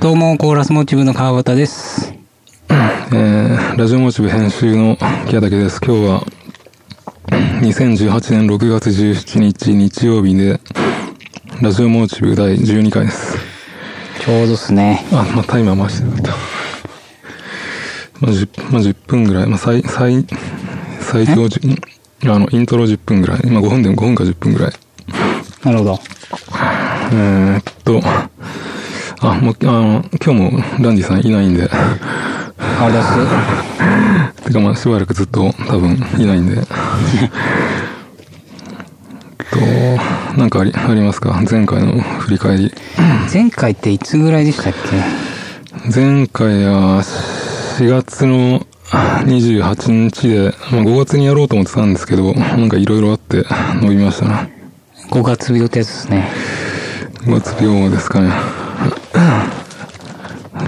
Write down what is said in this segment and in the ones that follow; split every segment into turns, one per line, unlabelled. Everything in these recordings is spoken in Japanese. どうも、コーラスモチブの川端です。
えーラジオモチブ編集の木谷武です。今日は、2018年6月17日日曜日で、ラジオモチブ第12回です。
ちょうどっすね。
あ、まあ、タイマー回してなかった。まあ、10, まあ、10分ぐらい。まあ、最、最、最長じゅあの、イントロ10分ぐらい。今5分でも5分か10分ぐらい。
なるほど。
えーっと、あ、もう、あの、今日もランディさんいないんで、
川端
てかまあしばらくずっと多分いないんで。 と、なんかあり、ありますか前回の振り返り。
です。前回っていつぐらいでしたっけ
前回は4月の28日で、まあ5月にやろうと思ってたんですけど、なんかいろいろあって伸びましたな。
?5 月病ってやつですね。
5月病ですかね。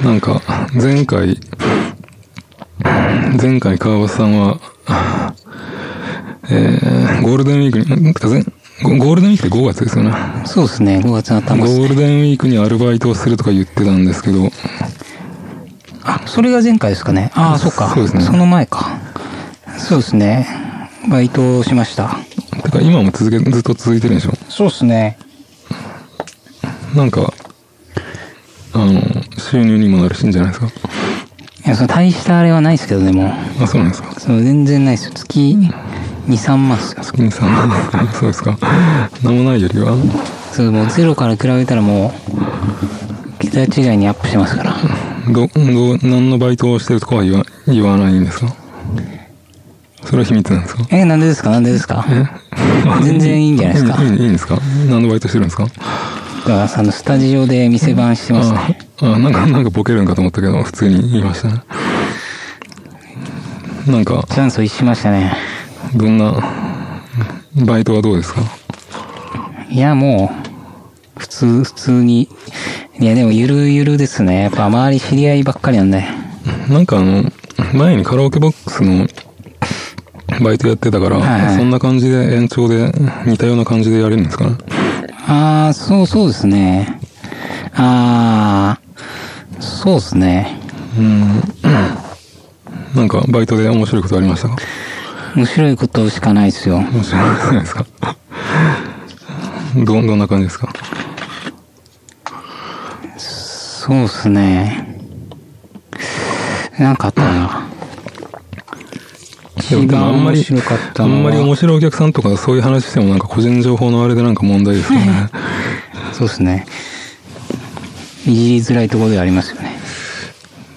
なんか、前回、前回川端さんは、えー、ゴールデンウィークに、なんか前ゴゴールデンウィークって5月ですよね。
そうですね、5月の
ゴ
頭っす
ールデンウィークにアルバイトをするとか言ってたんですけど、
あ、それが前回ですかね。ああ、そっか。
そうですね
の前か。そうですね。バイトをしました。
てか今も続け、ずっと続いてるんでしょ
そうですね。
なんか、あの、収入にもなるしいいんじゃないですか
いや、その大したあれはないですけどね、もう。
あ、そうなんですか
その全然ないですよ。月2、3万っすよ。
月にさん、 そうですかなんもないよりは
そう、もうゼロから比べたらもう、桁違いにアップしてますから。
ど、ど、何のバイトをしてるとかは言わ、言わないんですかそれは秘密なんですか
え、なんでですかなんでですか全然いいんじゃないですか。
いいいいんですか何のバイトしてるんですか
だからさ、あの、スタジオで店番してますね。
ああ、なんか、なんかボケるんかと思ったけど、普通に言いましたね。なんか、
チャンスを逸しましたね。
どんな、バイトはどうですか
いや、もう、普通、普通に。いや、でも、ゆるゆるですね。やっぱ、周り知り合いばっかりなんで。
なんかあの、前にカラオケボックスのバイトやってたから、
はいはい
そんな感じで延長で似たような感じでやれるんですかね
あー、そう、そうですね。あー、そうですね。
なんかバイトで面白いことありましたか
面白いことしかないですよ。
面白いじゃないですか。ど、どんな感じですか
そうですね。なんかあったかな。一
でも
番面白かった
あ
のは
んまり面白いお客さんとかそういう話してもなんか個人情報のあれでなんか問題ですよね。
そうですね。いじりづらいところではありますよね。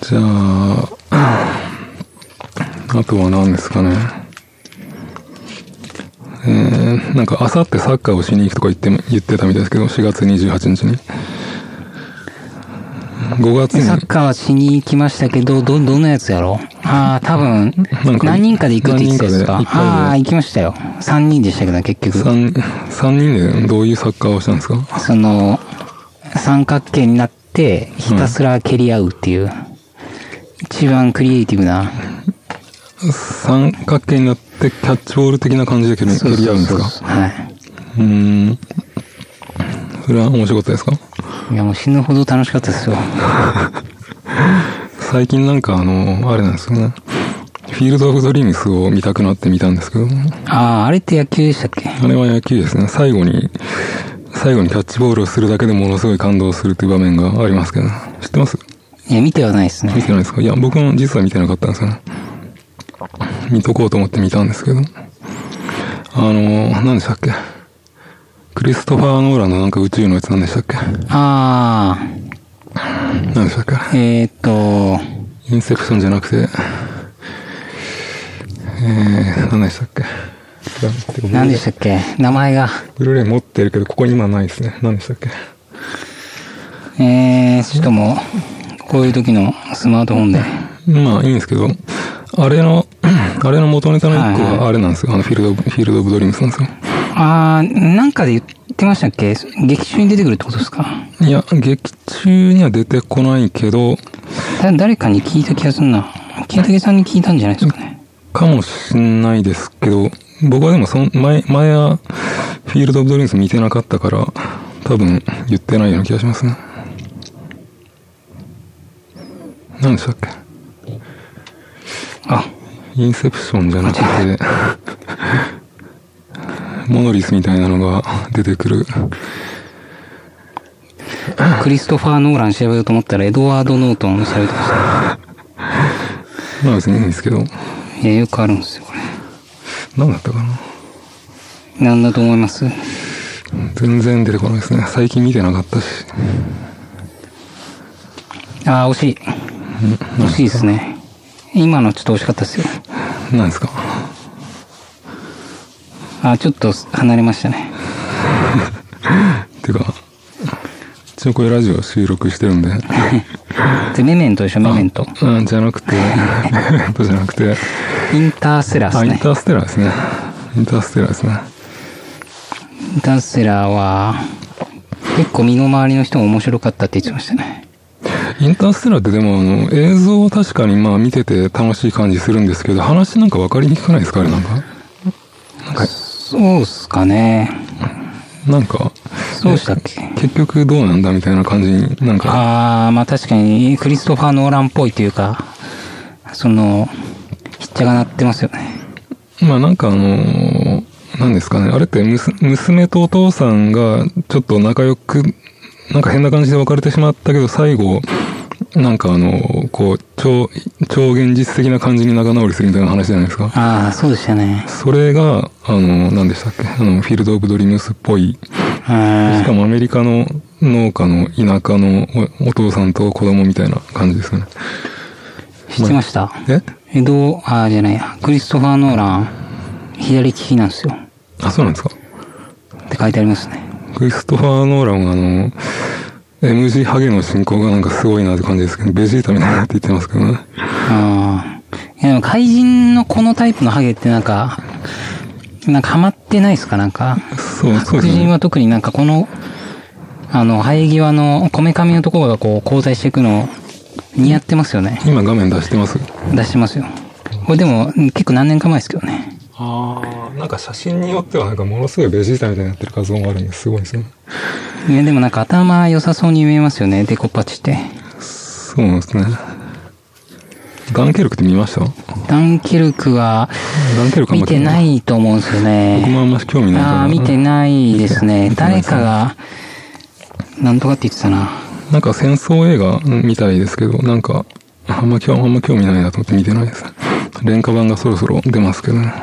じゃあ、あとは何ですかね。えー、なんかあさってサッカーをしに行くとか言っても、言ってたみたいですけど、4月28日に。5月に。
サッカーはしに行きましたけど、ど、どのやつやろうああ、多分
なん、か
何人かで行くって言ってたやつですか
何人かでいっぱいで
ああー、行きましたよ。3人でしたけど、結局。
三三人でどういうサッカーをしたんですか
その、三角形になって、ひたすら蹴り合うっていう、一番クリエイティブな。
三角形になってキャッチボール的な感じで蹴り蹴り合うんですか
そうそうそうはい。
うーん。それは面白かったですか
いや、もう死ぬほど楽しかったですよ。
最近なんかあの、あれなんですよね。フィールド・オブ・ドリームスを見たくなって見たんですけど、
ああ、あれって野球でしたっけ
あれは野球ですね。最後に、最後にキャッチボールをするだけでものすごい感動するという場面がありますけど、知ってます
いや、見てはないです
見
ね。
てないですかいや、僕も実は見てなかったんですよね。見とこうと思って見たんですけど。あのー、何でしたっけクリストファー・ノーランのなんか宇宙のやつ何でしたっけ
あ
何でしたっけ
あ、えー、っと、
インセプションじゃなくて、えー、何でしたっけ
何でしたっけ名前が。
ブルーレイ持ってるけど、ここに今ないですね。何でしたっけ
えー、しかも、こういう時のスマートフォンで。
まあいいんですけど、あれの、 あれの元ネタの一個
はい
があれなんですよ。あの、フィールドオブ、フィールドオブドリームスなんですよ。
あー、なんかで言ってましたっけ劇中に出てくるってことですか
いや、劇中には出てこないけど、
だ誰かに聞いた気がするな。清武さんに聞いたんじゃないですかね。
かもしんないですけど、僕はでもその、前、前は、フィールドオブドリームス見てなかったから、多分言ってないような気がしますね。何でしたっけ
あ、
インセプションじゃなくて、 モノリスみたいなのが出てくる。
クリストファー・ノーラン調べようと思ったら、エドワード・ノートン調べてました。
まあ別にいいんですけど、
いや、よくあるんですよ、これ。
何だったかな
なんだと思います
全然出てこないですね。最近見てなかったし。
あー、惜しい。惜しいですね。今のちょっと惜しかったですよ。
何ですか
あー、ちょっと離れましたね。
ていうか、一応これラジオ収録してるんで、
で、メメントでしょ、メメント。
うん、じゃなくて、じゃなくて、
インターステラーで
あ、
す
イン
ね。
ターステラーですね。インターステラーですね。
インターステラーは、結構身の回りの人も面白かったって言ってましたね。
インターステラーってでもあの映像は確かにまあ見てて楽しい感じするんですけど、話なんか分かりにくくないですかあれなんか。
そうっすかね。
なんか、
そうでしたっけ
結局どうなんだみたいな感じになんか、
あー、まあ確かに、クリストファー・ノーランっぽいというか、その、ひっちゃがなってますよね。
まあなんかあの、なんですかね、あれってむす娘とお父さんがちょっと仲良く、なんか変な感じで別れてしまったけど、最後、なんかあの、こう、超、超現実的な感じに仲直りするみたいな話じゃないですか。
あー、そうでしたね。
それが、あの、何でしたっけ、あの、フィールド・オブ・ドリームスっぽい、
うん
しかもアメリカの農家の田舎のおお父さんと子供みたいな感じですよね。
知ってました
え
エド、あーじゃないや、クリストファー・ノーラン、左利きなんですよ。
あ、そうなんですか
って書いてありますね。
クリストファー・ノーランがあの、M g ハゲの進行がなんかすごいなって感じですけど、ベジータみたいになって言ってますけどね。
あーいやでも怪人のこのタイプのハゲってなんか、なんかハマってないですかなんか。
そう、そう
黒
です
人
ね。
は特になんかこの、あの、生え際の、こめかみのところがこう、交代していくの、似合ってますよね。
今画面出してます
出してますよ。これでも、うん結構何年か前ですけどね。
ああなんか写真によってはなんかものすごいベジータみたいになってる画像もあるんですごいですね。
いや、でもなんか頭良さそうに見えますよね。デコパチって。
そうなんですね。ダンケルクって見ました
ダンケルクは、
ダンケルクあん
見
ま。
てないいと思うんですよ
僕もあ
ね。
んまし興味ないから。
ああー、見てないですね。
見てない
誰
ですね
かが、なんとかって言ってたな。
なんか戦争映画みたいですけど、なんか、あんま興あんま興味ないなと思って見てないです。廉価版がそろそろ出ますけどね。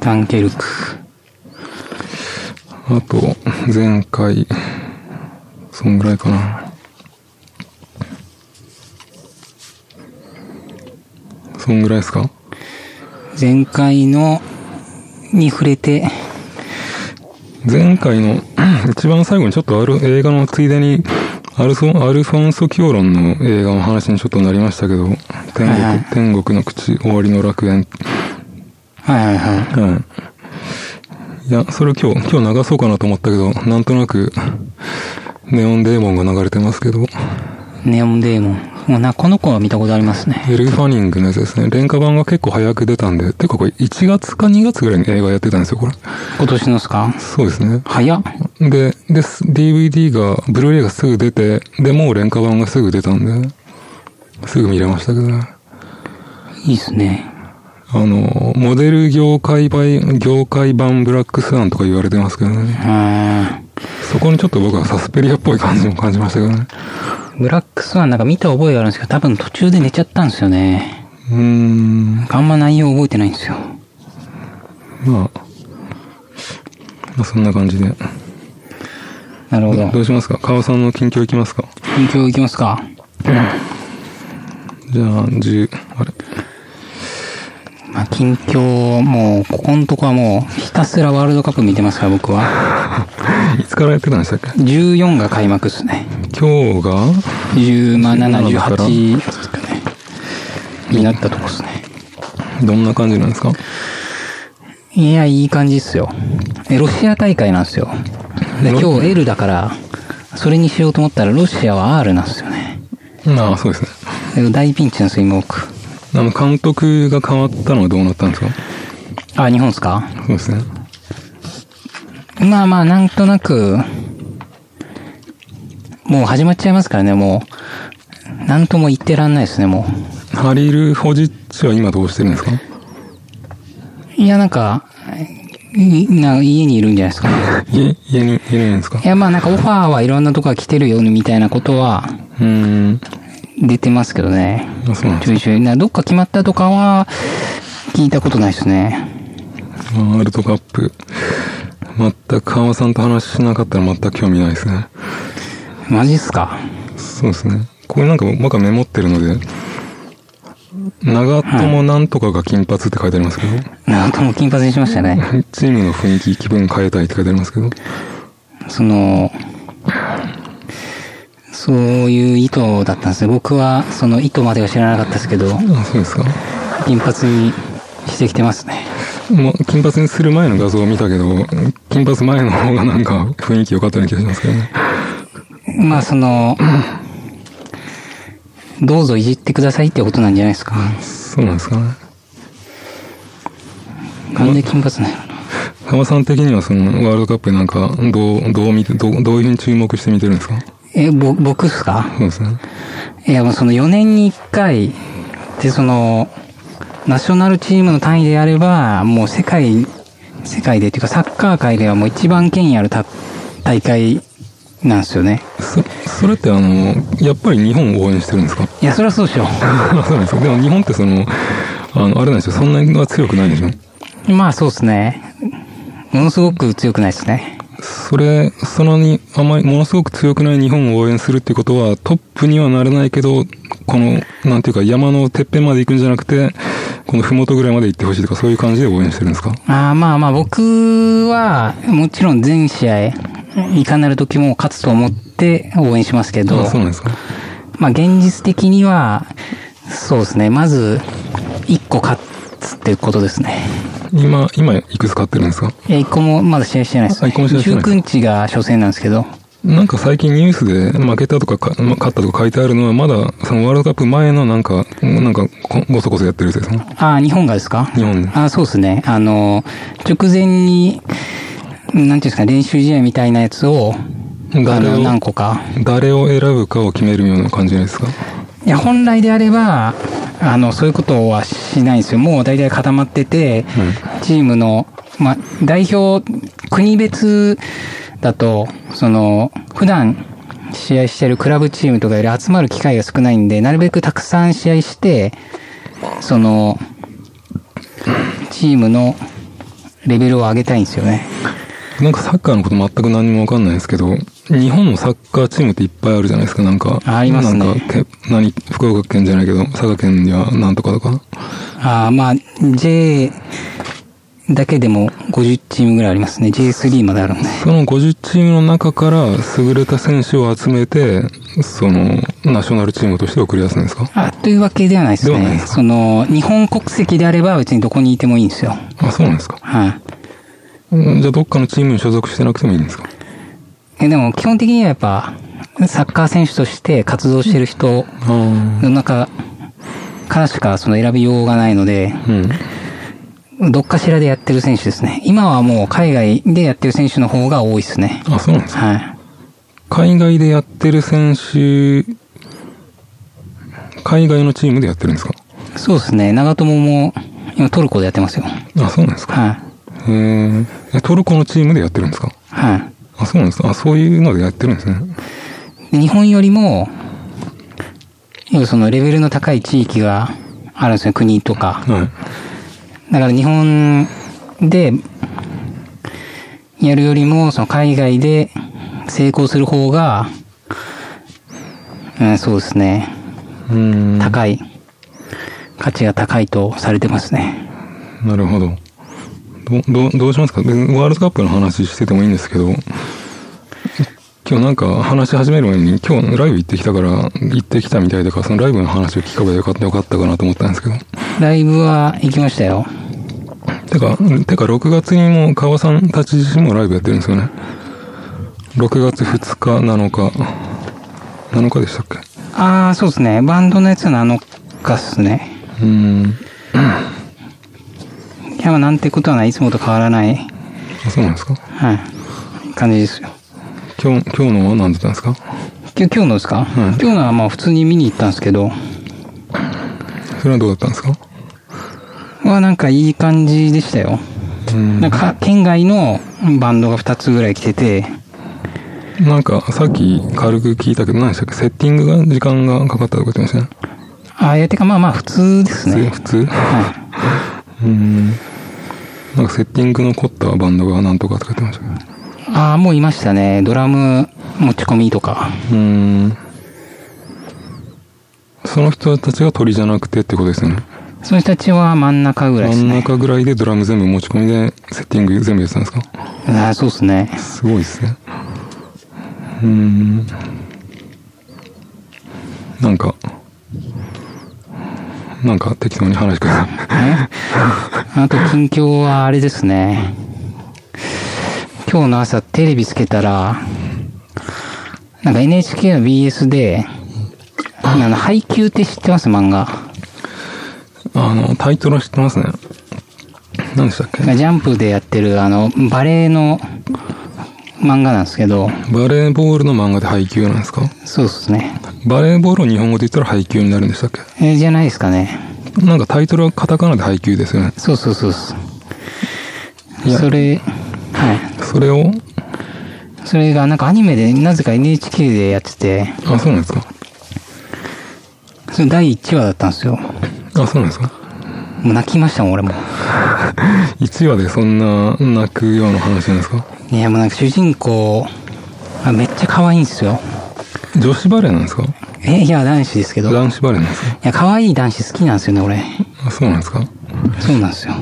ダンケルク。
あと、前回、そんぐらいかな。そんぐらいですか
前回の、に触れて、
前回の 一番最後にちょっとある映画のついでに、アルソン、アルフォンソ・キオロンの映画の話にちょっとなりましたけど、天
はいはい
国、天国の口、終わりの楽園
はいはいは
はい。いや、それ今日、今日流そうかなと思ったけど、なんとなく、ネオンデーモンが流れてますけど、
い。ネオンデーモン。もうな、この子は見たことありますね。
エル・ファニングのやつですね。廉価版が結構早く出たんで、てかこれ1月か2月ぐらいに映画やってたんですよ、これ。
今年のっすか
そうですね。
早っ。
で、で、す DVD が、ブルーレイがすぐ出て、で、もう廉価版がすぐ出たんで、すぐ見れましたけどね。
いいっすね。
あの、モデル業界版、業界版ブラックスワンとか言われてますけどね。
うーん。
そこにちょっと僕はサスペリアっぽい感じも感じましたけどね。
ブラックスワンなんか見た覚えがあるんですけど、多分途中で寝ちゃったんですよね。
うーん、
なんかあんま内容覚えてないんですよ。
まあ、まあ、そんな感じで。
なるほど
ど。うしますか川さんの近況いきますか
近況いきますか。
じゃあ、十あれ
まあ、近況、もう、ここのとこはもう、ひたすらワールドカップ見てますから、僕は。
いつからやってたんでしたっけ
14が開幕ですね。
今日が、
17、まあ
17だから
18ですかね。になったとこですね。
どんな感じなんですか
いや、いい感じっすよ。えロシア大会なんですよ。で、
ロ
今日 L だから、それにしようと思ったら、ロシアは R なんですよね。
まあ、そうですね。
で大ピンチなんですよ、今僕。
あの、監督が変わったのはどうなったんですか
あ、日本っすか
そうですね。
まあまあ、なんとなく、もう始まっちゃいますからね、もう。なんとも言ってらんないですね、も
ハリル・ホジッチは今どうしてるんですか
う。いや、なんか、いな家にいるんじゃないですか、
家、家に、家にいるんですか
いや、まあなんかオファーはいろんなとこが来てるよみたいなことは
うーん。
出てますけどね。
あそうなんで
ちょいちょい。などっか決まったとかは聞いたことないですね。
すワールドカップ。全く川尾さんと話しなかったら全く興味ないですね。
マジっすか
そうですね。これなんか僕はメモってるので、長友なんとかが金髪って書いてありますけど、
なんかもう金髪にしましたね。
チームの雰囲気、気分変えたいって書いてありますけど、
その、そういう意図だったんですね。僕はその意図までは知らなかったですけど、
あそうですか。
金髪にしてきてますね。
もう金髪にする前の画像を見たけど、金髪前の方がなんか雰囲気良かったような気がしますけどね。
まあその、どうぞいじってくださいってことなんじゃないですか。
そうなんですかね。
なんで金髪なの
浜さん的にはそのワールドカップなんかどう、どう見て、どう、どういうふうに注目して見てるんですか
え、ぼ、僕っすか
そうですね。
いや、もうその4年に1回で、その、ナショナルチームの単位であれば、もう世界、世界でっていうかサッカー界ではもう一番権威ある大大会なんですよね。
そ、それってあの、やっぱり日本を応援してるんですか
いや、そりゃそうでしょ。
そうなんですか。でも日本ってその、あの、あれなんですよ。そんなには強くないんでしょ
まあそうですね。ものすごく強くないですね。
それ、そのに、あまり、ものすごく強くない日本を応援するっていうことは、トップにはなれないけど、この、なんていうか、山のてっぺんまで行くんじゃなくて、この麓ぐらいまで行ってほしいとか、そういう感じで応援してるんですか
あーまあまあ僕は、もちろん全試合、いかなる時も勝つと思って応援しますけど、
あそうなんですか。
まあ現実的には、そうですね。まず、1個勝つっていうことですね。
今、今、いくつ買ってるんですか
いや、1個もまだ試合してないです、
あ
ね。
一個も試合してない
19日が初戦なんですけど。
なんか最近ニュースで負けたとかかま勝ったとか書いてあるのは、まだそのワールドカップ前のなんか、なんかこごそごそやってるやつですね。
あー日本がですか
日本で。
あーそうですね。あの、直前に、なんていうんですか、練習試合みたいなやつを、あ
誰
の、何
を、
個か。
誰を選ぶかを決めるような感じじゃないですか。
いや、本来であれば、あの、そういうことはしないんですよ。もう大体固まってて、チームの、まあ、代表、国別だと、その、普段試合してるクラブチームとかより集まる機会が少ないんで、なるべくたくさん試合して、その、チームのレベルを上げたいんですよね。
なんかサッカーのこと全く何もわかんないですけど、日本のサッカーチームっていっぱいあるじゃないですか、なんか。
ありますね
なんか、け何、福岡県じゃないけど、佐賀県にはなんとかとか。
ああ、まあ、J だけでも50チームぐらいありますね。J3 まであるんで。
その50チームの中から優れた選手を集めて、その、ナショナルチームとして送り出すんですか
あ、というわけではないです
ではないで
ね。
すか
その、日本国籍であれば別にどこにいてもいいんですよ。
あ、そうなんですか。
はい。
うんじゃあどっかのチームに所属してなくてもいいんですか
えでも基本的にはやっぱ、サッカー選手として活動してる人
あ
の中からしかその選びようがないので、
あ。うん。
どっかしらでやってる選手ですね。今はもう海外でやってる選手の方が多いですね。
あ、そうなんですか。
はい。
海外でやってる選手、海外のチームでやってるんですか
そうですね。長友も今トルコでやってますよ。
あ、そうなんですか。
はい。
へええ。トルコのチームでやってるんですか
はい。
あ、そうなんですか。あ、そういうのでやってるんですね。
日本よりも、要はそのレベルの高い地域があるんですね、国とか。
はい。
だから日本でやるよりも、その海外で成功する方が、うん、そうですね、
うーん。な
高い、価値が高いとされてますね。
るほど。ど、どう、どうしますか別にワールドカップの話しててもいいんですけど、今日なんか話し始める前に、今日ライブ行ってきたから、行ってきたみたいだから、そのライブの話を聞けばよかったよかったかなと思ったんですけど。
ライブは行きましたよ。
てか、てか6月にも川さんたち自身もライブやってるんですよね。6月2日、7日。7日でしたっけ
ああ、そうですね。バンドのやつなのかっすね。
うーん。
いや、まあなんてことはない。いつもと変わらない、
あそうなんですか
はい、感じですよ。
今日、今日のは何だったんですか
今日今日のですか、今日のはまあ普通に見に行ったんですけど、
それはどうだったんですか
はなんかいい感じでしたよ。
うん
なんか県外のバンドが2つぐらい来てて、
なんか、さっき軽く聞いたけど、何でしたっけセッティングが、時間がかかったとか言ってましたね。
あいや、てかまあまあ普通ですね。
普通普通
は
うん。なんかセッティングの凝ったバンドがなんとかとか言ってましたけど。
い。ああ、もういましたね。ドラム持ち込みとか。
うん。その人たちが鳥じゃなくてってことですよね。
その人たちは真ん中ぐらいで
真
す
ん
ね。
中ぐらいでドラム全部持ち込みで、セッティング全部やってたんですか
ああ、そうですね。
すごいですね。うん。なんか、なんか適当に話してください。
ねあと近況はあれですね。今日の朝テレビつけたら、なんか NHK の BS で、あの、配給って知ってます漫画。
あの、タイトルは知ってますね。何でしたっけ
ジャンプでやってる、あの、バレエの漫画なんですけど、
バレーボールの漫画で配給なんですか
そうですね。
バレーボールを日本語で言ったら配給になるんでしたっけ
えーじゃないですかね。
なんかタイトルはカタカナで配給ですよね。
そうそうそうそう
いや
それ、は
それを、
い。それがなんかアニメで、なぜか NHK でやってて、
あ、そうなんですか
それ第1話だったんですよ。
あ、そうなんですか
もう泣きましたもん、俺も。
?1 話でそんな泣くような話なんですか
いや、もうなんか主人公、あめっちゃ可愛いんですよ。
女子バレーなんですか
え、いや、男子ですけど。い
男子バレーなんですか
や、可愛い男子好きなんですよね、俺。
あ、そうなんですか
そうなんですよ。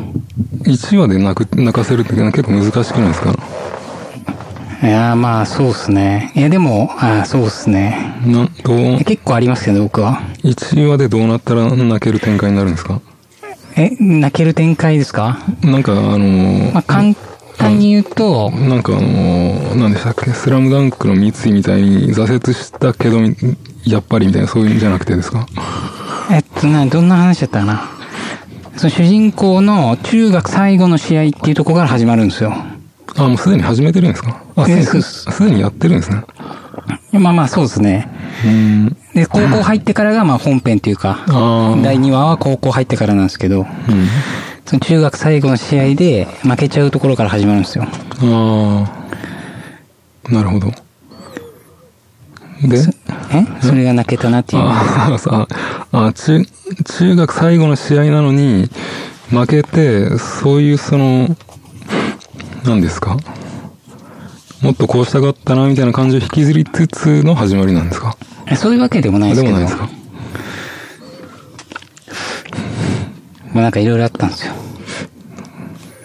1話で泣く、泣かせるって結構難しくないですか
いや、まあ、そうっすね。いや、でも、あそうっすね。
なんどう、
いや結構ありますけど、僕は。
1話でどうなったら泣ける展開になるんですか
え、泣ける展開ですか
なんか、あのー
まあ、簡単に言うと、
なんかあのー、何でしたっけ、スラムダンクの三井みたいに挫折したけど、やっぱりみたいな、そういうんじゃなくてですか
えっとな、どんな話だったかな。その主人公の中学最後の試合っていうところから始まるんですよ。
あ、もうすでに始めてるんですかあ、す
え
でに、
そうです
すでにやってるんですね。
まあまあ、そうですね。
うん。
で、高校入ってからが、まあ本編っていうか、
あー
第2話は高校入ってからなんですけど、
うん。
その中学最後の試合で負けちゃうところから始まるんですよ。
ああ。なるほど。で
えそれが泣けたなっていう。
ああ、さあ、中、中学最後の試合なのに、負けて、そういうその、何ですかもっとこうしたかったな、みたいな感じを引きずりつつの始まりなんですか
えそういうわけでもない
あ
です
で
け
も
ど、
ない
も
ですか
うなんかいろいろあったんですよ。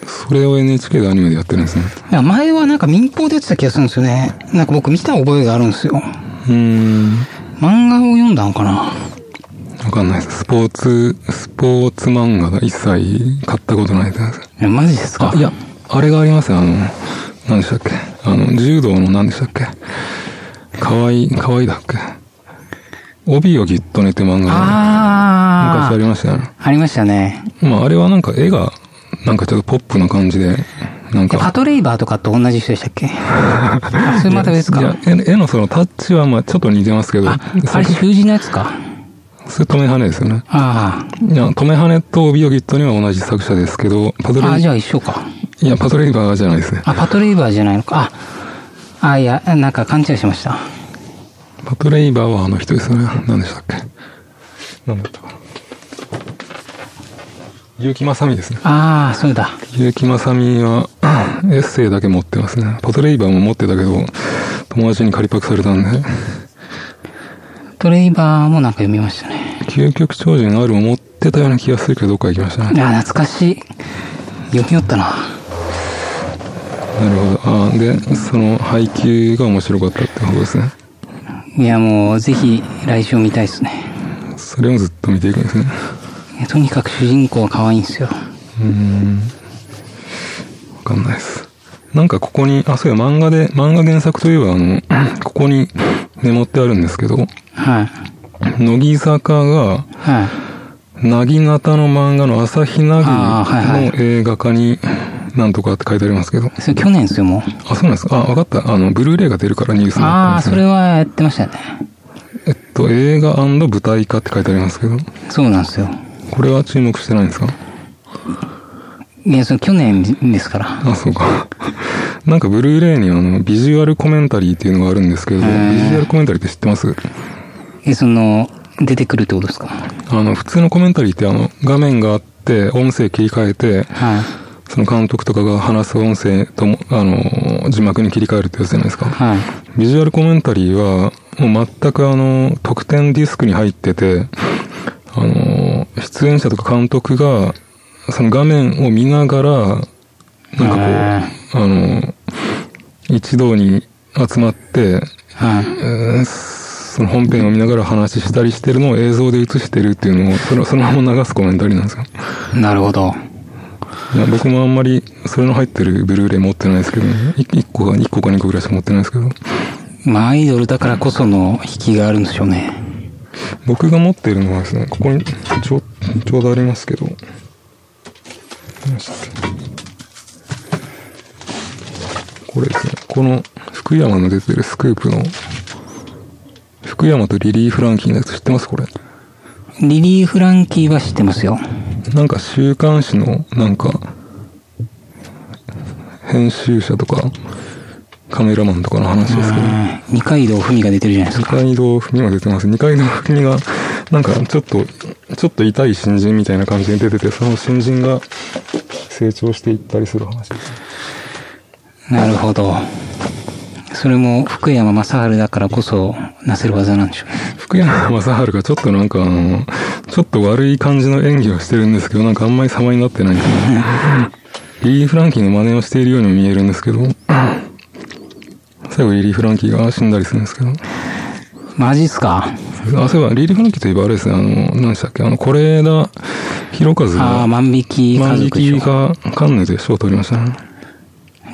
それを NHK でアニメでやってるんですね。
だから前はなんか民放でやってた気がするんですよね。なんか僕見た覚えがあるんですよ。
うーん。
漫画を読んだのかな
わかんないです。スポーツ、スポーツ漫画が一切買ったことないです。
えマジですか
あ、いや、あれがありますよ。あの、何でしたっけあの、柔道の何でしたっけかわいい、かわいいだっけ帯をぎっと寝て漫画が
あ
昔あり
あ。
ましたよね。
ありましたね。
まあ、あれはなんか絵が、なんかちょっとポップな感じで、なん
えパ
か、
トレイバーとかと同じ人でしたっ けあそれまた別
いや
か。、
絵絵のそのタッチはまあちょっと似てますけど、
あ、あ
そ
れ習字のやつか。
それ止め跳ねですよね。
あ
いや、止め跳ねと帯をぎっとには同じ作者ですけど、パト
あ。あ、
レイ
じ、ゃあ一緒か。
いや、パトレイバーじゃないですね。
あ、パトレイバーじゃないのか。あ、あ、いや、なんか勘違いしました。
パトレイバーはあの人ですよね。何でしたっけ何だったかな。結城正美ですね。
ああ、それだ。
結城正美はエッセイだけ持ってますね。パトレイバーも持ってたけど、友達に借りパクされたんで。
パトレイバーもなんか読みましたね。
究極超人あるを持ってたような気がするけど、どっか行きました
あ
ね。
ー、懐かしい。読みよったな。
なるほど。あーで、その配給が面白かったってことですね。
いや、もう、ぜひ、来週見たいですね。
それをずっと見ていくんですね。
いやとにかく主人公は可愛いんですよ。
うーんわかんないです。なんかここに、あ、そういや漫画で、漫画原作といえば、あの、 ここにメモってあるんですけど、
はい。
乃木坂が、
はい。
なぎなたの漫画の朝日
あーはいは
なぎ
い
の映画化になんとかって書いてありますけど。
それ去年ですよ、もう。
あ、そうなんですか。あ、わかった。あの、ブルーレイが出るからニュースに
あ
な
あ、
っ
そ
てます、
れ
ね。
はやってましたね。
えっと、映画舞台化って書いてありますけど、
そうなんですよ。
これは注目してないんですか
いや、それ去年ですから。
あ、そうか。なんかブルーレイにあの、ビジュアルコメンタリーっていうのがあるんですけど、ビジ
ん
ュアルコメンタリーって知ってます
え、その、出てくるってことですか
あの、普通のコメンタリーってあの、画面があって、音声切り替えて、
はい。
その監督とかが話す音声とも、あの、字幕に切り替えるってやつじゃないですか。
はい。
ビジュアルコメンタリーは、もう全くあの、特典ディスクに入ってて、あの、出演者とか監督が、その画面を見ながら、なんかこう、あの、一堂に集まって、
はい。
えーその本編を見ながら話したりしてるのを映像で映してるっていうのを、それそのまま流すコメンタリーなんですよ。
なるほど。
いや僕もあんまり、それの入ってるブルーレイ持ってないですけど、1個か2個か2個ぐらいしか持ってないですけど、
まあ、アイドルだからこその引きがあるんでしょうね。
僕が持っているのはですね、ここにちょちょうどありますけど、よいしょこれですね、この福山の出てるスクープの、福山とリリー・フランキーのやつ知ってますこれ。
リリー・フランキーは知ってますよ。
なんか週刊誌の、なんか、編集者とか、カメラマンとかの話ですけど、
うん二階堂ふみが出てるじゃないです
二
か。
階堂ふみが出てます。二階堂ふみが、なんかちょっと、ちょっと痛い新人みたいな感じで出てて、その新人が成長していったりする話です。
なるほど。それも福山雅治だからこそなせる技なんでしょうね。
福山雅治がちょっとなんかあの、ちょっと悪い感じの演技をしてるんですけど、なんかあんまり様になってないんですよね。 リリー・フランキーの真似をしているようにも見えるんですけど、最後リリー・フランキーが死んだりするんですけど。
マジっすか
あ、そういえば、リリー・フランキーといえばあれですね、あの、何でしたっけ、あの、是枝裕和
ああ、
が、
万引き家
万引
族で
き
しょ。
がカンヌで賞を取りましたね。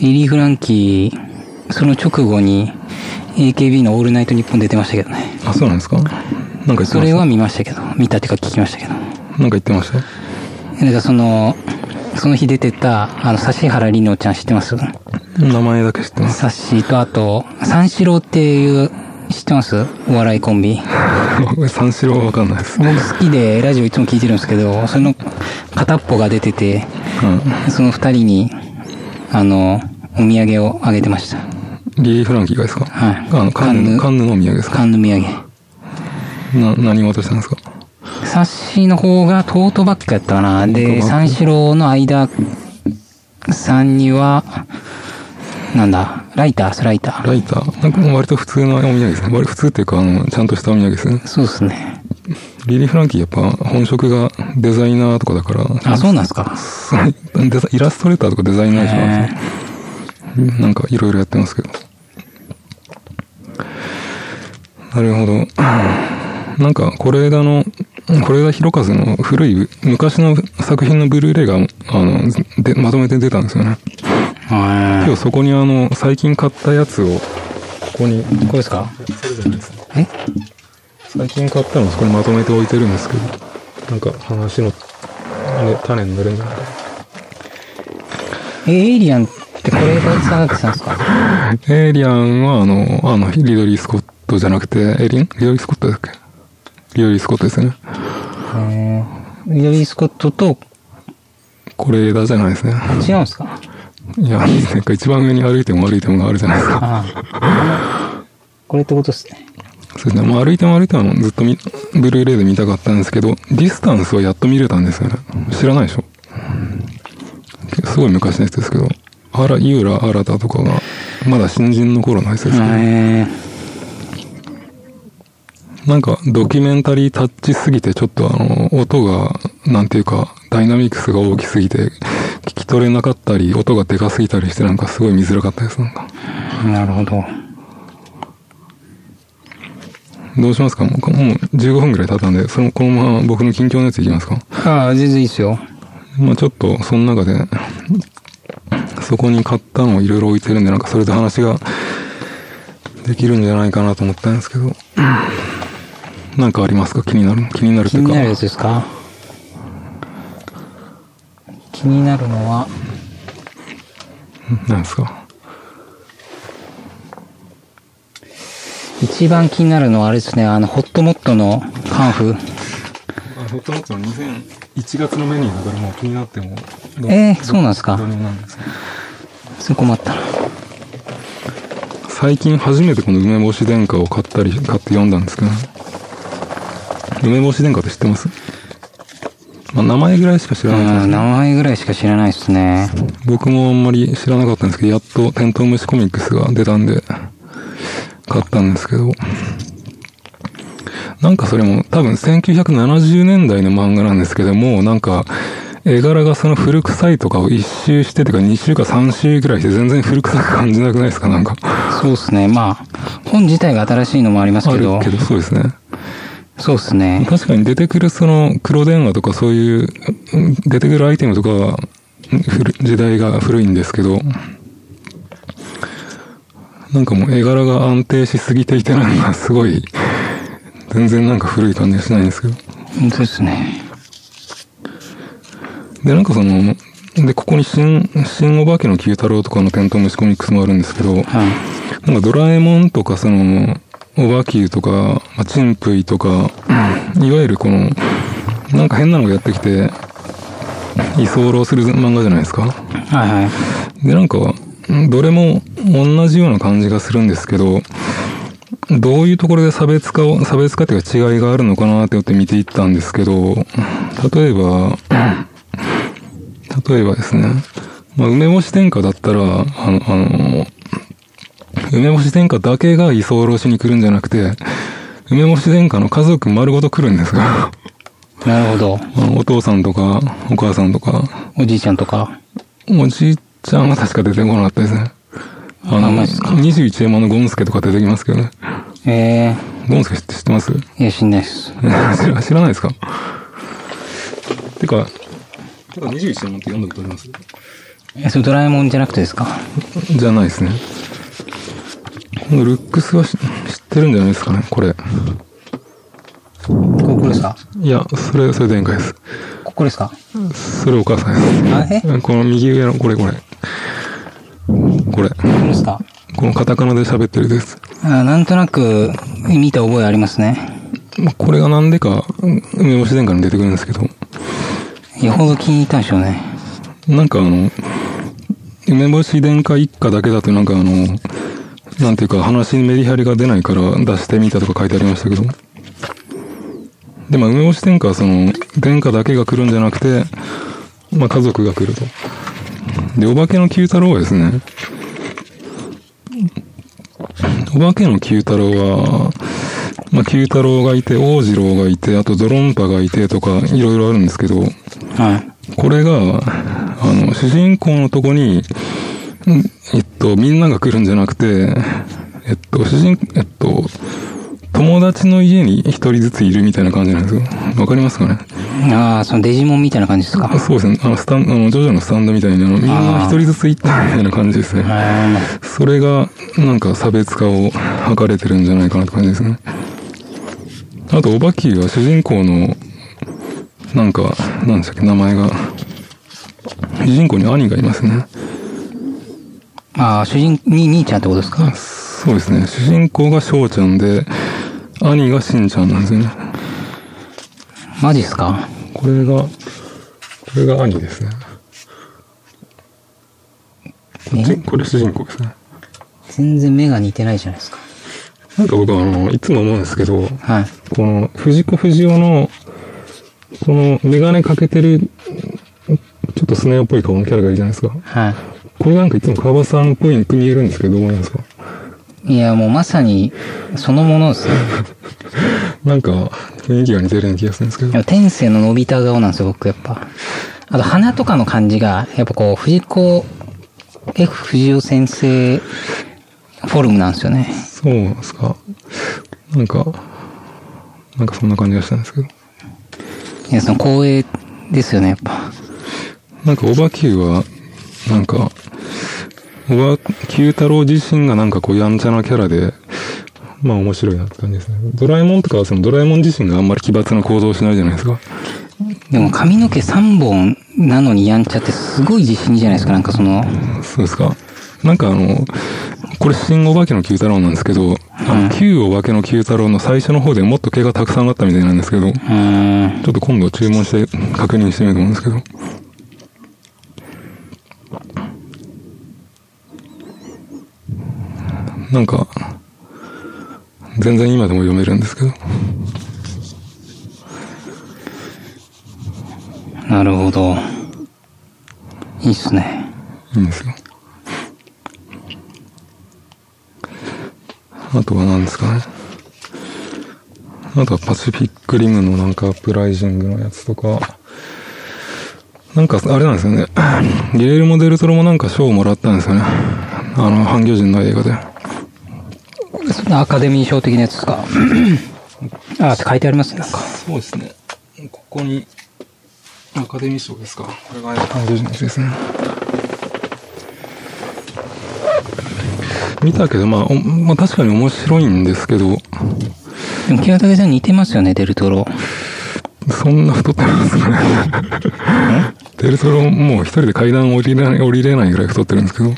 リリー・フランキー、その直後に AKB のオールナイトニッポン出てましたけどね。
あ、そうなんですかなんか言ってました。
それは見ましたけど、見たっていうか聞きましたけど。
なんか言ってました
なんかその、その日出てた、あの、指原莉乃ちゃん知ってます
名前だけ知ってます。
サッシーと、あと、三四郎っていう、知ってますお笑いコンビ。
三四郎はわかんない です。
僕好きでラジオいつも聞いてるんですけど、その片っぽが出てて、
う
その二人に、あの、お土産をあげてました。
ん。リリー・フランキーがですか
はい
あの、カン
カン
ヌ、
ヌ
カンヌのお土産ですか
カンヌ土産。
な、何を渡したんですか
サッシーの方がトートバッグやったかな。で、
トートバッグ
三四郎の間さんには、なんだ、ライター、スライター。
ライター。なんか割と普通のお土産ですね。割普通っていうか、あの、ちゃんとしたお土産ですね。
そうですね。
リリー・フランキーやっぱ本職がデザイナーとかだから、
あ、そうなんですか。
デザイラストレーターとかデザイナーじゃないですか
え。
なんかいろいろやってますけど。なるほど。なんか、是枝の、是枝裕和の古い、昔の作品のブルーレイが、あの、で、まとめて出たんですよね。
ー
今日そこにあの、最近買ったやつを、ここに、
これですかえ
最近買ったのをそこにまとめて置いてるんですけど、なんか話の、ね、種になるんじゃないか
え、エイリアンってこれがサービスなんですか
エイリアンはあの、あの、リドリー・スコットじゃなくて、エイリンリドリー・スコットだっけリドリー・スコットですよね。
えー、リドリー・スコットと
これ枝じゃないですね。
違うんですか
いや、なんか一番上に歩いても歩いてもがあるじゃないですか。
ああ。これってことですね。
そうですね。まあ歩いても歩いてもずっとみブルーレイで見たかったんですけど、ディスタンスはやっと見れたんですよね。知らないでしょすごい昔のやつですけど、あら、井浦新とかが、まだ新人の頃のやつですけど、
え
なんかドキュメンタリータッチすぎてちょっとあの音がなんていうかダイナミクスが大きすぎて聞き取れなかったり音がでかすぎたりしてなんかすごい見づらかったですなんか
なるほど。
どうしますかもうもう15分ぐらい経ったんでそのこのまま僕の近況のやついきますか
ああ、全然いいっすよ。
まあちょっとその中でそこに買ったのをいろいろ置いてるんでなんかそれで話ができるんじゃないかなと思ったんですけどなんかありますか気になる気になると
気
いう
に
か
なるやつですか気になるのは、
なんですか。
一番気になるのはあれですね、あの、ホットモットのパンフ。
ホットモットの2001月のメニューだからもう気になってもどう。
えーそうなんですか
どうにもなんですけど
すごい困ったな。
最近初めてこの梅干し殿下を買ったり、買って読んだんですけど、梅干し殿下って知ってますまあ、名前ぐらいしか知らないです
う
ね
ん、名前ぐらいしか知らないですね。
僕もあんまり知らなかったんですけど、やっとテントウムシコミックスが出たんで、買ったんですけど、なんかそれも多分1970年代の漫画なんですけども、なんか、絵柄がその古臭いとかを一周してとか2週か3週ぐらいして全然古臭く感じなくないですかなんか。
そうですね。まあ、本自体が新しいのもあります
あ
け
る
ど、
けど、そうですね。
そうですね。
確かに出てくるその黒電話とかそういう、うん出てくるアイテムとかは、うん古い時代が古いんですけど、なんかもう絵柄が安定しすぎていてなんかすごい、全然なんか古い感じがしないんですけど。
本当ですね。
で、なんかその、で、ここに新、新お化けの九太郎とかのテントウムシコミックスもあるんですけど、
はい。
なんかドラえもんとか、その、オバキューとか、まあチンプイとか、いわゆるこの、なんか変なのがやってきて、居候する漫画じゃないですか。
はいはい。
で、なんか、どれも同じような感じがするんですけど、どういうところで差別化を、差別化っていうか違いがあるのかなって思って見ていったんですけど、例えば、例えばですね、まあ、梅干し天下だったら、あの、あの、梅干し殿下だけが居候しに来るんじゃなくて、梅干し殿下の家族丸ごと来るんですが、
なるほど。
あのお父さんとか、お母さんとか、
おじいちゃんとか。
おじいちゃんは確か出てこなかったですね。あ
あ
の、
マジっすか
21円マのゴンスケとか出てきますけどね。
え
ゴンスケ知って知ってます 知
ー、いや、しんないです。
ら知らないですかてか、てか21円マって読んだことあります
え、それドラえもんじゃなくてですか
じゃないですね。このルックスはし知ってるんじゃないですかね、これ。
ここですか
いや、それ、それ前回です。
ここですか
それお母さんで
あ、えこ
す。この右上の、これこれ。これ。
こですか
このカタカナで喋ってるです。
あなんとなく、見た覚えありますね。
これがなんでか、うん梅干し殿下に出てくるんですけど、
よほど気に入ったんでしょうね。
なんかあの、梅干し殿下一家だけだとなんかあの、なんていうか話にメリハリが出ないから出してみたとか書いてありましたけど。で、まあ梅干し殿下はその、殿下だけが来るんじゃなくて、まあ家族が来ると。で、お化けの九太郎はですね、お化けの九太郎は、まあ九太郎がいて、王次郎がいて、あとドロンパがいてとかいろいろあるんですけど、
はい。
これが、あの、主人公のとこに、んえっと、みんなが来るんじゃなくて、えっと、主人、えっと、友達の家に一人ずついるみたいな感じなんですよ。わかりますかね
ああ、そのデジモンみたいな感じですか
あそうですね。あの、スタン、あの、ジョジョのスタンドみたいに、あの、みんな一人ずつ行ったみたいな感じですね。
あ
それが、なんか差別化を図れてるんじゃないかなって感じですね。あと、オバキーは主人公の、なんか、なんでしたっけ、名前が。主人公に兄がいますね。
あー、主人、に、兄ちゃんってことですか
そうですね。主人公が翔ちゃんで、兄がしんちゃんなんですよね。
マジっすか
これが、これが兄ですね。こっち、これ主人公ですね。
全然目が似てないじゃないですか。
なんか僕はあの、いつも思うんですけど、
はい。
この、藤子不二雄の、この、メガネかけてる、ちょっとスネ夫っぽい顔のキャラがいるじゃないですか。
は
これなんかいつも川端さんっぽいに見えるんですけど、どう思いますか
い。いや、もうまさに、そのものですね。
なんか、雰囲気が似てるような気がするんですけ
い
ど。
や天性の伸びた顔なんですよ、僕やっぱ。あと、鼻とかの感じが、やっぱこう、藤子 F 不二雄先生フォルムなんですよね。
そうなんですか。なんか、なんかそんな感じがしたんですけど。
いや、その光栄ですよね、やっぱ。
なんか、オバキューは、なんか、オバ、キュー太郎自身がなんかこう、やんちゃなキャラで、まあ面白いなって感じですね。ドラえもんとかはそのドラえもん自身があんまり奇抜な行動をしないじゃないですか。
でも髪の毛3本なのにやんちゃってすごい自信じゃないですか、なんかその、
そうですか。なんかあの、これ新お化けの九太郎なんですけど、あの旧お化けの九太郎の最初の方でもっと毛がたくさんあったみたいなんですけど、ち
うーん、
ょっと今度注文して確認してみると思うんですけど。なんか、全然今でも読めるんですけど。
なるほど。いいっすね。
いいんですよ。あとは何ですかね。あとはパシフィックリムのなんかアップライジングのやつとか。なんか、あれなんですよね。 ギレルモ・デルトロもなんか賞をもらったんですよね。あの、半魚人の映画で。
そのアカデミー賞的なやつですか あ、って書いてありますね、なんか。
そうですね。ここに、アカデミー賞ですか。これが半魚人のやつですね。見たけど、まあ、おまあ確かに面白いんですけど、
でも、清武さん似てますよね、デルトロ。
そんな太ってますかね。デルトロもう一人で階段降りれない、降りれないぐらい太ってるんですけど、
え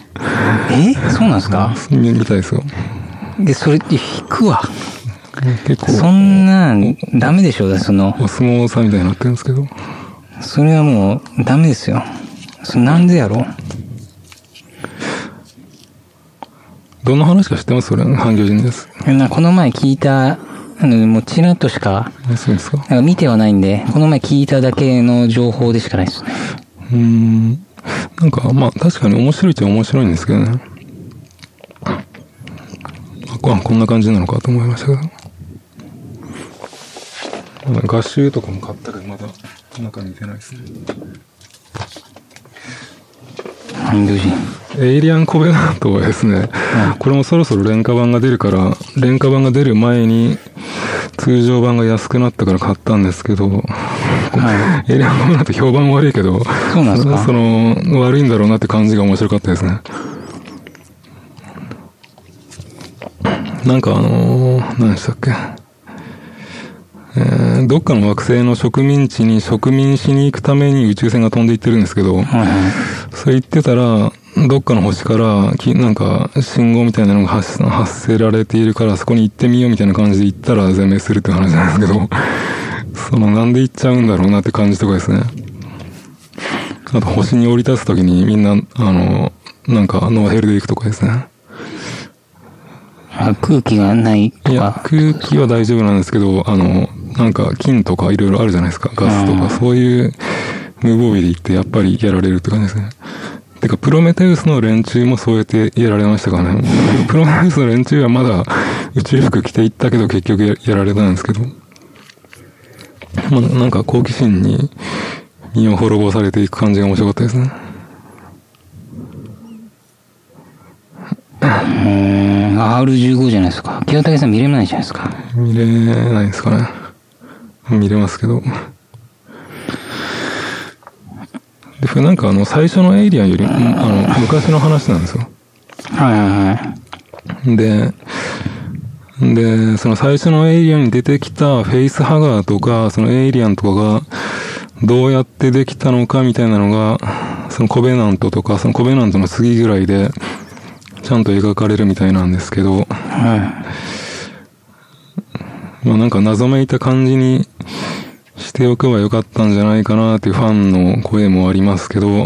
そうなんですか
みみたいですよ。
で、それって引くわ。
結構、
そんなん、ダメでしょうね、その、
お相撲さんみたいになってるんですけど。
それはもう、ダメですよ。それなんでやろ
どんな話か知ってますそれ、半魚人です。
うなこの前聞いた、あの、もうちらっとしか、
あそうですか
なんか見てはないんで、この前聞いただけの情報でしかないですね。
うーん。なんか、まあ、確かに面白いっちゃ面白いんですけどね。あここんな感じなのかと思いましたけど。なんか画集とかも買ったけど、まだ中に出ないですね。
半魚人。
エイリアン・コベナントはですね、これもそろそろ廉価版が出るから、廉価版が出る前に、通常版が安くなったから買ったんですけど、エイリアン・コベナント評判悪いけど、
そうなんですか
その、悪いんだろうなって感じが面白かったですね。なんかあのー何でしたっけ。えーどっかの惑星の植民地に植民しに行くために宇宙船が飛んでいってるんですけど、
はいはい。
それ言ってたら、どっかの星から、きなんか、信号みたいなのが発発せられているから、そこに行ってみようみたいな感じで行ったら全滅するって話なんですけど、 その、なんで行っちゃうんだろうなって感じとかですね。あと、星に降り立つときにみんな、あの、なんか、ノーヘルで行くとかですね。
あ空気がない
い
と
や、
か。
空気は大丈夫なんですけど、あの、なんか、金とかいろいろあるじゃないですか。ガスと
うん
か、そういう無防備で行って、やっぱりやられるって感じですね。てか、プロメテウスの連中もそうやってやられましたから ね。プロメテウスの連中はまだ宇宙服着て行ったけど、結局ややられたんですけど。まあ、なんか好奇心に身を滅ぼされていく感じが面白かったですね。
うーん、R15 じゃないですか。清武さん見れないじゃないですか。
見れないですかね。見れますけど。で、これなんかあの、最初のエイリアンより、あの、昔の話なんですよ。
はいはいはい。
で、で、その最初のエイリアンに出てきたフェイスハガーとか、そのエイリアンとかが、どうやってできたのかみたいなのが、そのコベナントとか、そのコベナントの次ぐらいで、ちゃんと描かれるみたいなんですけど、
は
まあなんか謎めいた感じにしておけばよかったんじゃないかなっていうファンの声もありますけど、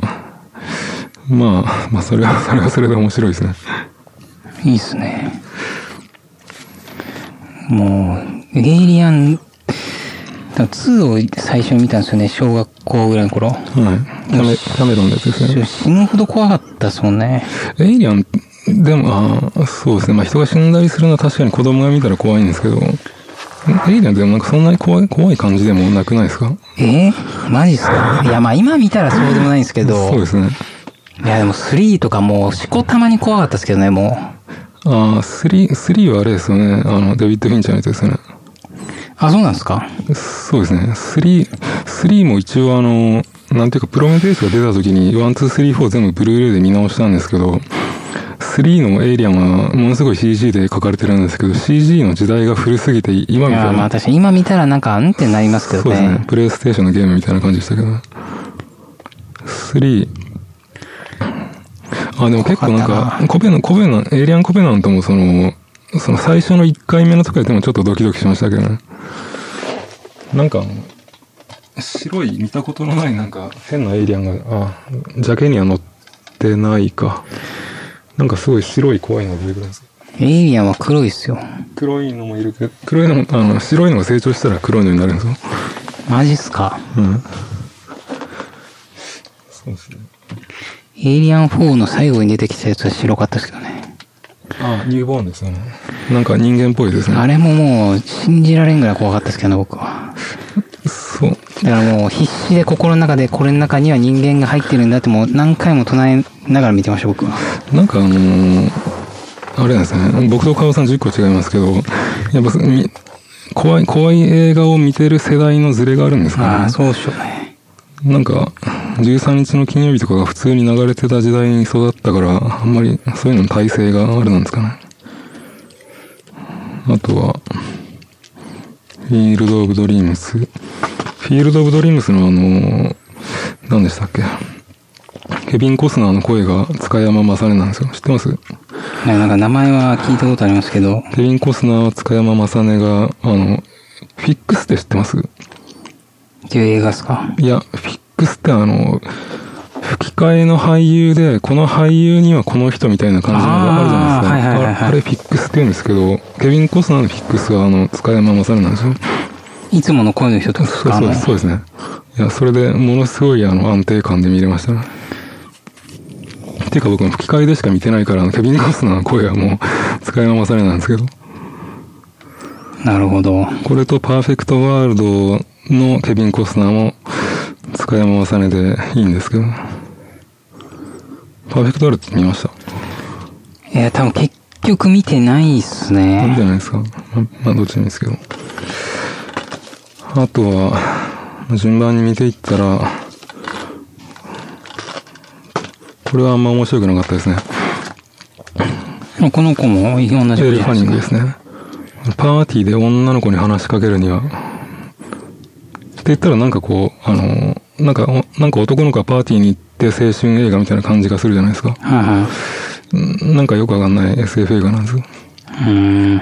まあ、まあそれは、そ れはそれで面白いですね。
い。いいっすね。もう、エイリアン、だ2を最初に見たんですよね、小学校ぐらいの頃。
はい。キャメキャメロンのやつですね。
死ぬほど怖かったっすもんね。
エイリアン、でも、ああそうですね。まあ人が死んだりするのは確かに子供が見たら怖いんですけど、エイリアンでもなんかそんなに怖い、怖い感じでもなくないですか
えマジっすかいや、まあ今見たらそうでもないんですけど
そう、ですね。
いやでも3とかもう、しこたまに怖かったですけどね、も
ああ、3、3はあれですよね。あの、デビッド・フィンチャーのやつですよね。
う。あ、そうなんですか
そうですね。3、3も一応あの、なんていうか、プロメテウスが出た時に、1、2、3、4全部ブルーレイで見直したんですけど、 3のエイリアンはものすごい CG で描かれてるんですけど、CG の時代が古すぎて、今
い
み
や
たい
まあ
な。
確かに今見たらなんか、うんってなりますけ
そ
ど
うですね
ね。。
プレイステーションのゲームみたいな感じでしたけどね。3。あ、でも結構なん
怖かっ
か、コベナン、コベナン、エイリアンコベナントもその、その最初の1回目のとこやってもちょっとドキドキしましたけどね。なんかあの、白い見たことのないなんか変なエイリアンが、あ、ジャケには乗ってないか。なんかすごい白い怖いのが出てくるんですよ
エイリアンは黒いっすよ。
黒いのもいるけど、黒いのも、あの、白いのが成長したら黒いのになるんですよ。
マジっすか。
うん。そうですね。
エイリアン4の最後に出てきたやつは白かったですけどね。
あニューボーンですね。なんか人間っぽいです
あ
ね。
れももう信じられんぐらい怖かったですけどね、僕は。
そう。
だからもう必死で心の中でこれの中には人間が入ってるんだってもう何回も唱えながら見てました、僕は。
なんかあのーあれなんですね。僕と川尾さん10個違いますけど、やっぱみ、怖い、怖い映画を見てる世代のズレがあるんです
あ
か
あ、
ね。
そうっしょうね。
なんか、13日の金曜日とかが普通に流れてた時代に育ったから、あんまりそういうのの耐性があれなんですかね。あとは、フィールド・オブ・ドリームス。フィールド・オブ・ドリームスのあの、何でしたっけ。ケビン・コスナーの声が塚山雅音なんですよ。知ってます
なんか名前は聞いたことありますけど、
ケビン・コスナーは塚山雅音が、あの、フィックスって知ってます
っていう映画っすか。
いや、フィックスってあの、吹き替えの俳優で、この俳優にはこの人みたいな感じのがあるじゃないです
あーはい
か。
はいはいはい
ああれフィックスって言うんですけど、ケビン・コスナーのフィックスはあの、塚山雅るなんですよ。
いつもの声の人ってことです
そう
か
そうそうですね。いや、それでものすごいあの、安定感で見れましたね。っていうか僕も吹き替えでしか見てないから、あのケビン・コスナーの声はもう、塚山雅るなんですけど。
あのなるほど。
これとパーフェクトワールドのケビン・コスナーも塚山雅音でいいんですけど。パーフェクトワールドって見ました。
いや、多分結局見てないっす
見て
ね。
ないですかままあ、どっちでもいいですけど。あとは、順番に見ていったら、これはあんま面白くなかったですね。
この子も同じことじ
エ
ゃ
ル・フ
な
ァ
い
ニング
で
ですすね。パーティーで女の子に話しかけるには、って言ったらなんかこう、あの、なんか、おなんか男の子がパーティーに行って青春映画みたいな感じがするじゃないですか。
か。はいはい。
んなんかよくわかんない SF 映画なんですよ。
うーん。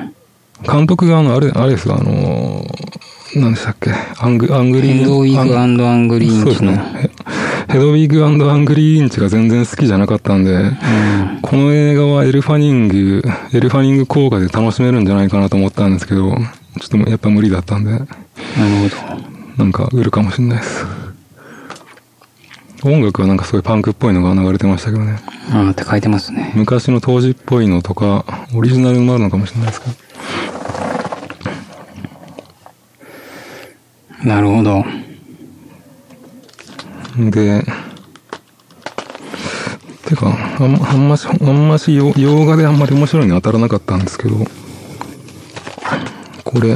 監督があの、あれ、あれですよあの、何でしたっけアング、アングリ
ヘ
ー
ドウィ
ア
ー
ン
クアンドアングリー
そう
ン
です
チの。う
ね。ヘヘドウィーグアングリーインチが全然好きじゃなかったんで、
ん
この映画はエルファニング、エルファニング効果で楽しめるんじゃないかなと思ったんですけど、ちょっともうやっぱ無理だったんで、
なるほど。
なんか売るかもしれないです。音楽はなんかすごいパンクっぽいのが流れてましたけどね。
ああって書いてますね。
昔の当時っぽいのとか、オリジナルもあるのかもしれないですけど。
なるほど。
で、てか、あんま、あんまし、あんまし、よ洋画であんまり面白いの当たらなかったんですけど、これ、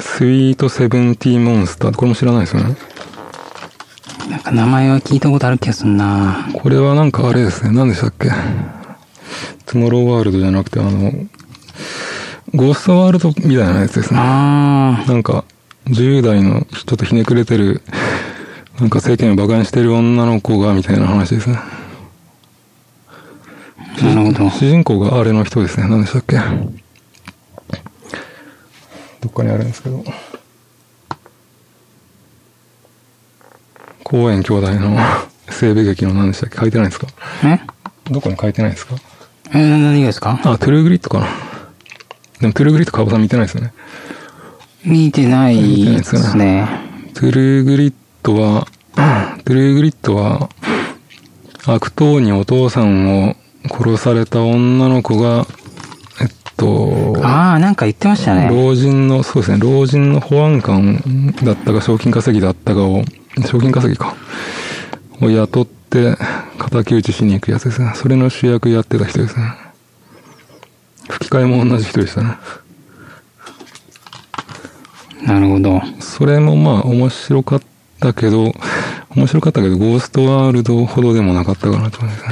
スイートセブンティーモンスター、これも知らないですよね。
なんか名前は聞いたことある気がすんな。
これはなんかあれですね、何でしたっけ。トゥモローワールドじゃなくて、あの、ゴーストワールドみたいなやつですね。
あ
なんか、10代のちょっとひねくれてる、なんか世間を馬鹿にしてる女の子が、みたいな話ですね。
あ、なるほど。
主人公があれの人ですね。何でしたっけどっかにあるんですけど。公園兄弟の 西部劇の何でしたっけ書いてないですか
え
どこに書いてないですか
えー、何がですか
あ、トゥルーグリッドかな。でもトゥルーグリッドカボさん見てないですよね。
見てないですね。
トゥルーグリッドは、 トゥルーグリッドは、悪党にお父さんを殺された女の子が、えっと、
ああ、なんか言ってましたね。
老人の、そうですね、老人の保安官だったか、賞金稼ぎだったかを、賞金稼ぎか、を雇って、敵討ちしに行くやつですね。それの主役やってた人ですね。吹き替えも同じ人でしたね。
なるほど。
それもまあ面白かったけど、面白かったけど、ゴーストワールドほどでもなかったかなと思います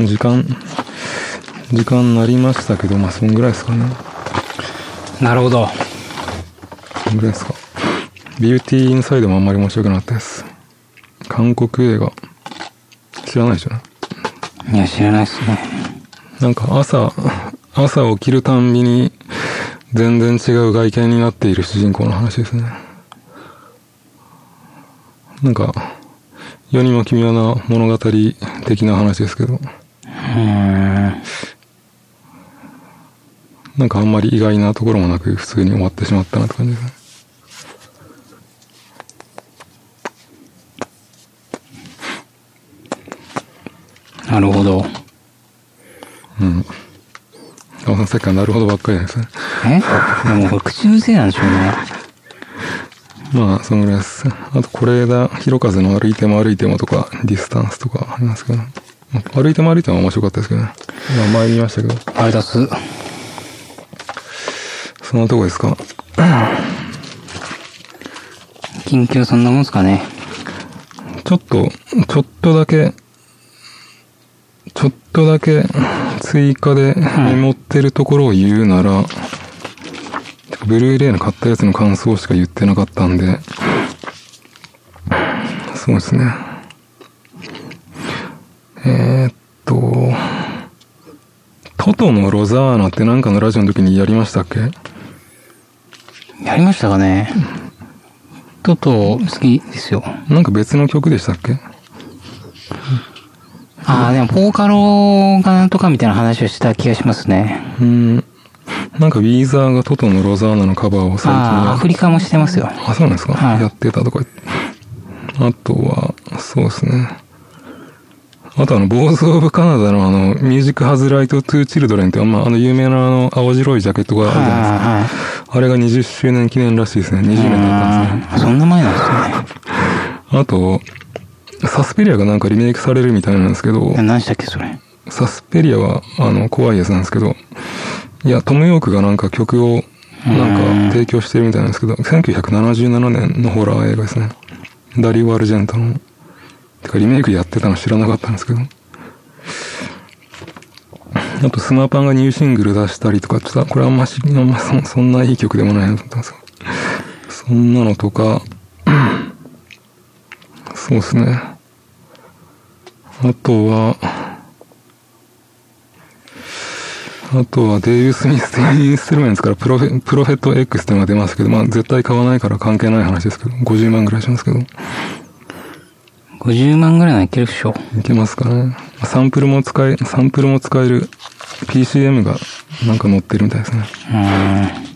ね。時間、時間になりましたけど、まあ、そんぐらいですかね。
なるほど。
そんぐらいですか。ビューティーインサイドもあんまり面白くなかったです。韓国映画、知らないでしょ
いや、知らないですね。
なんか朝、 朝起きるたんびに、全然違う外見になっている主人公の話ですね。なんか、世にも奇妙な物語的な話ですけど、
うーん。
なんかあんまり意外なところもなく普通に終わってしまったなって感じですね。
なるほど。
うん。あ、さっきからなるほどばっかりですね。
えでもこれ口癖なんでしょうね。
まあ、そのぐらいです。あと、これだ、ひろかずの歩いても歩いてもとか、ディスタンスとかありますけど、まあ歩いても歩いても面白かったですけどね。まあ前に言いましたけど。
あれだす。
そんなとこですか
緊急そんなもんすかね。
ちょっと、ちょっとだけ、ちょっとだけ追加でメモってるところを言うなら、てかブルーレイの買ったやつの感想しか言ってなかったんで、そうですね。えー、っと、トトのロザーナってなんかのラジオの時にやりましたっけ
やりましたかね。トト好きですよ。
なんか別の曲でしたっけ
ああ、でもポーカロがなんとかみたいな話をした気がしますね。
うん。なんかウィーザーがトトのロザーナのカバーを最近
ああ、
や
アフリカもしてますよ。
あ、そうなんですか、
はい
やってたとか言って。あとは、そうですね。あとあの、ボーズ・オブ・カナダのあの、ミュージック・ハズ・ライト・トゥ・チルドレンって、まあ、あの、有名なあの、青白いジャケットがある
はい
じゃないですか。
は
あれが20周年記念らしいですね。20
い
年だったんですね。
はい。うんそんな前なんです
あと、サスペリアがなんかリメイクされるみたいなんですけど
ね。、何したっけ、それ。
サスペリアは、あの、怖いやつなんですけど、いや、トム・ヨークがなんか曲を、なんか提供してるみたいなんですけど、1977年のホラー映画ですね。ダリオ・アルジェントの。てか、リメイクやってたの知らなかったんですけど。あと、スマパンがニューシングル出したりとか、ちょっと、これあんまし、あんまそそんないい曲でもないなと思ったんですが。そんなのとか、そうですね。あとは、あとはデイブ・スミス・インストゥルメンツからプロフェプロフェット X っていうのが出ますけど、まあ絶対買わないから関係ない話ですけど、50万ぐらいしますけど、い
50万ぐらいのいけるっしょ。
けますかね。サンプルも使え、サンプルも使える PCM がなんか載ってるみたいですね。
うーん。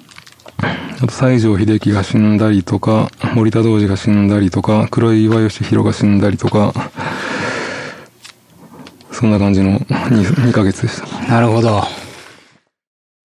あと西城秀樹が死んだりとか、森田道司が死んだりとか、黒井岩義弘が死んだりとか、そんな感じの 2, 2ヶ月でした。
なるほど。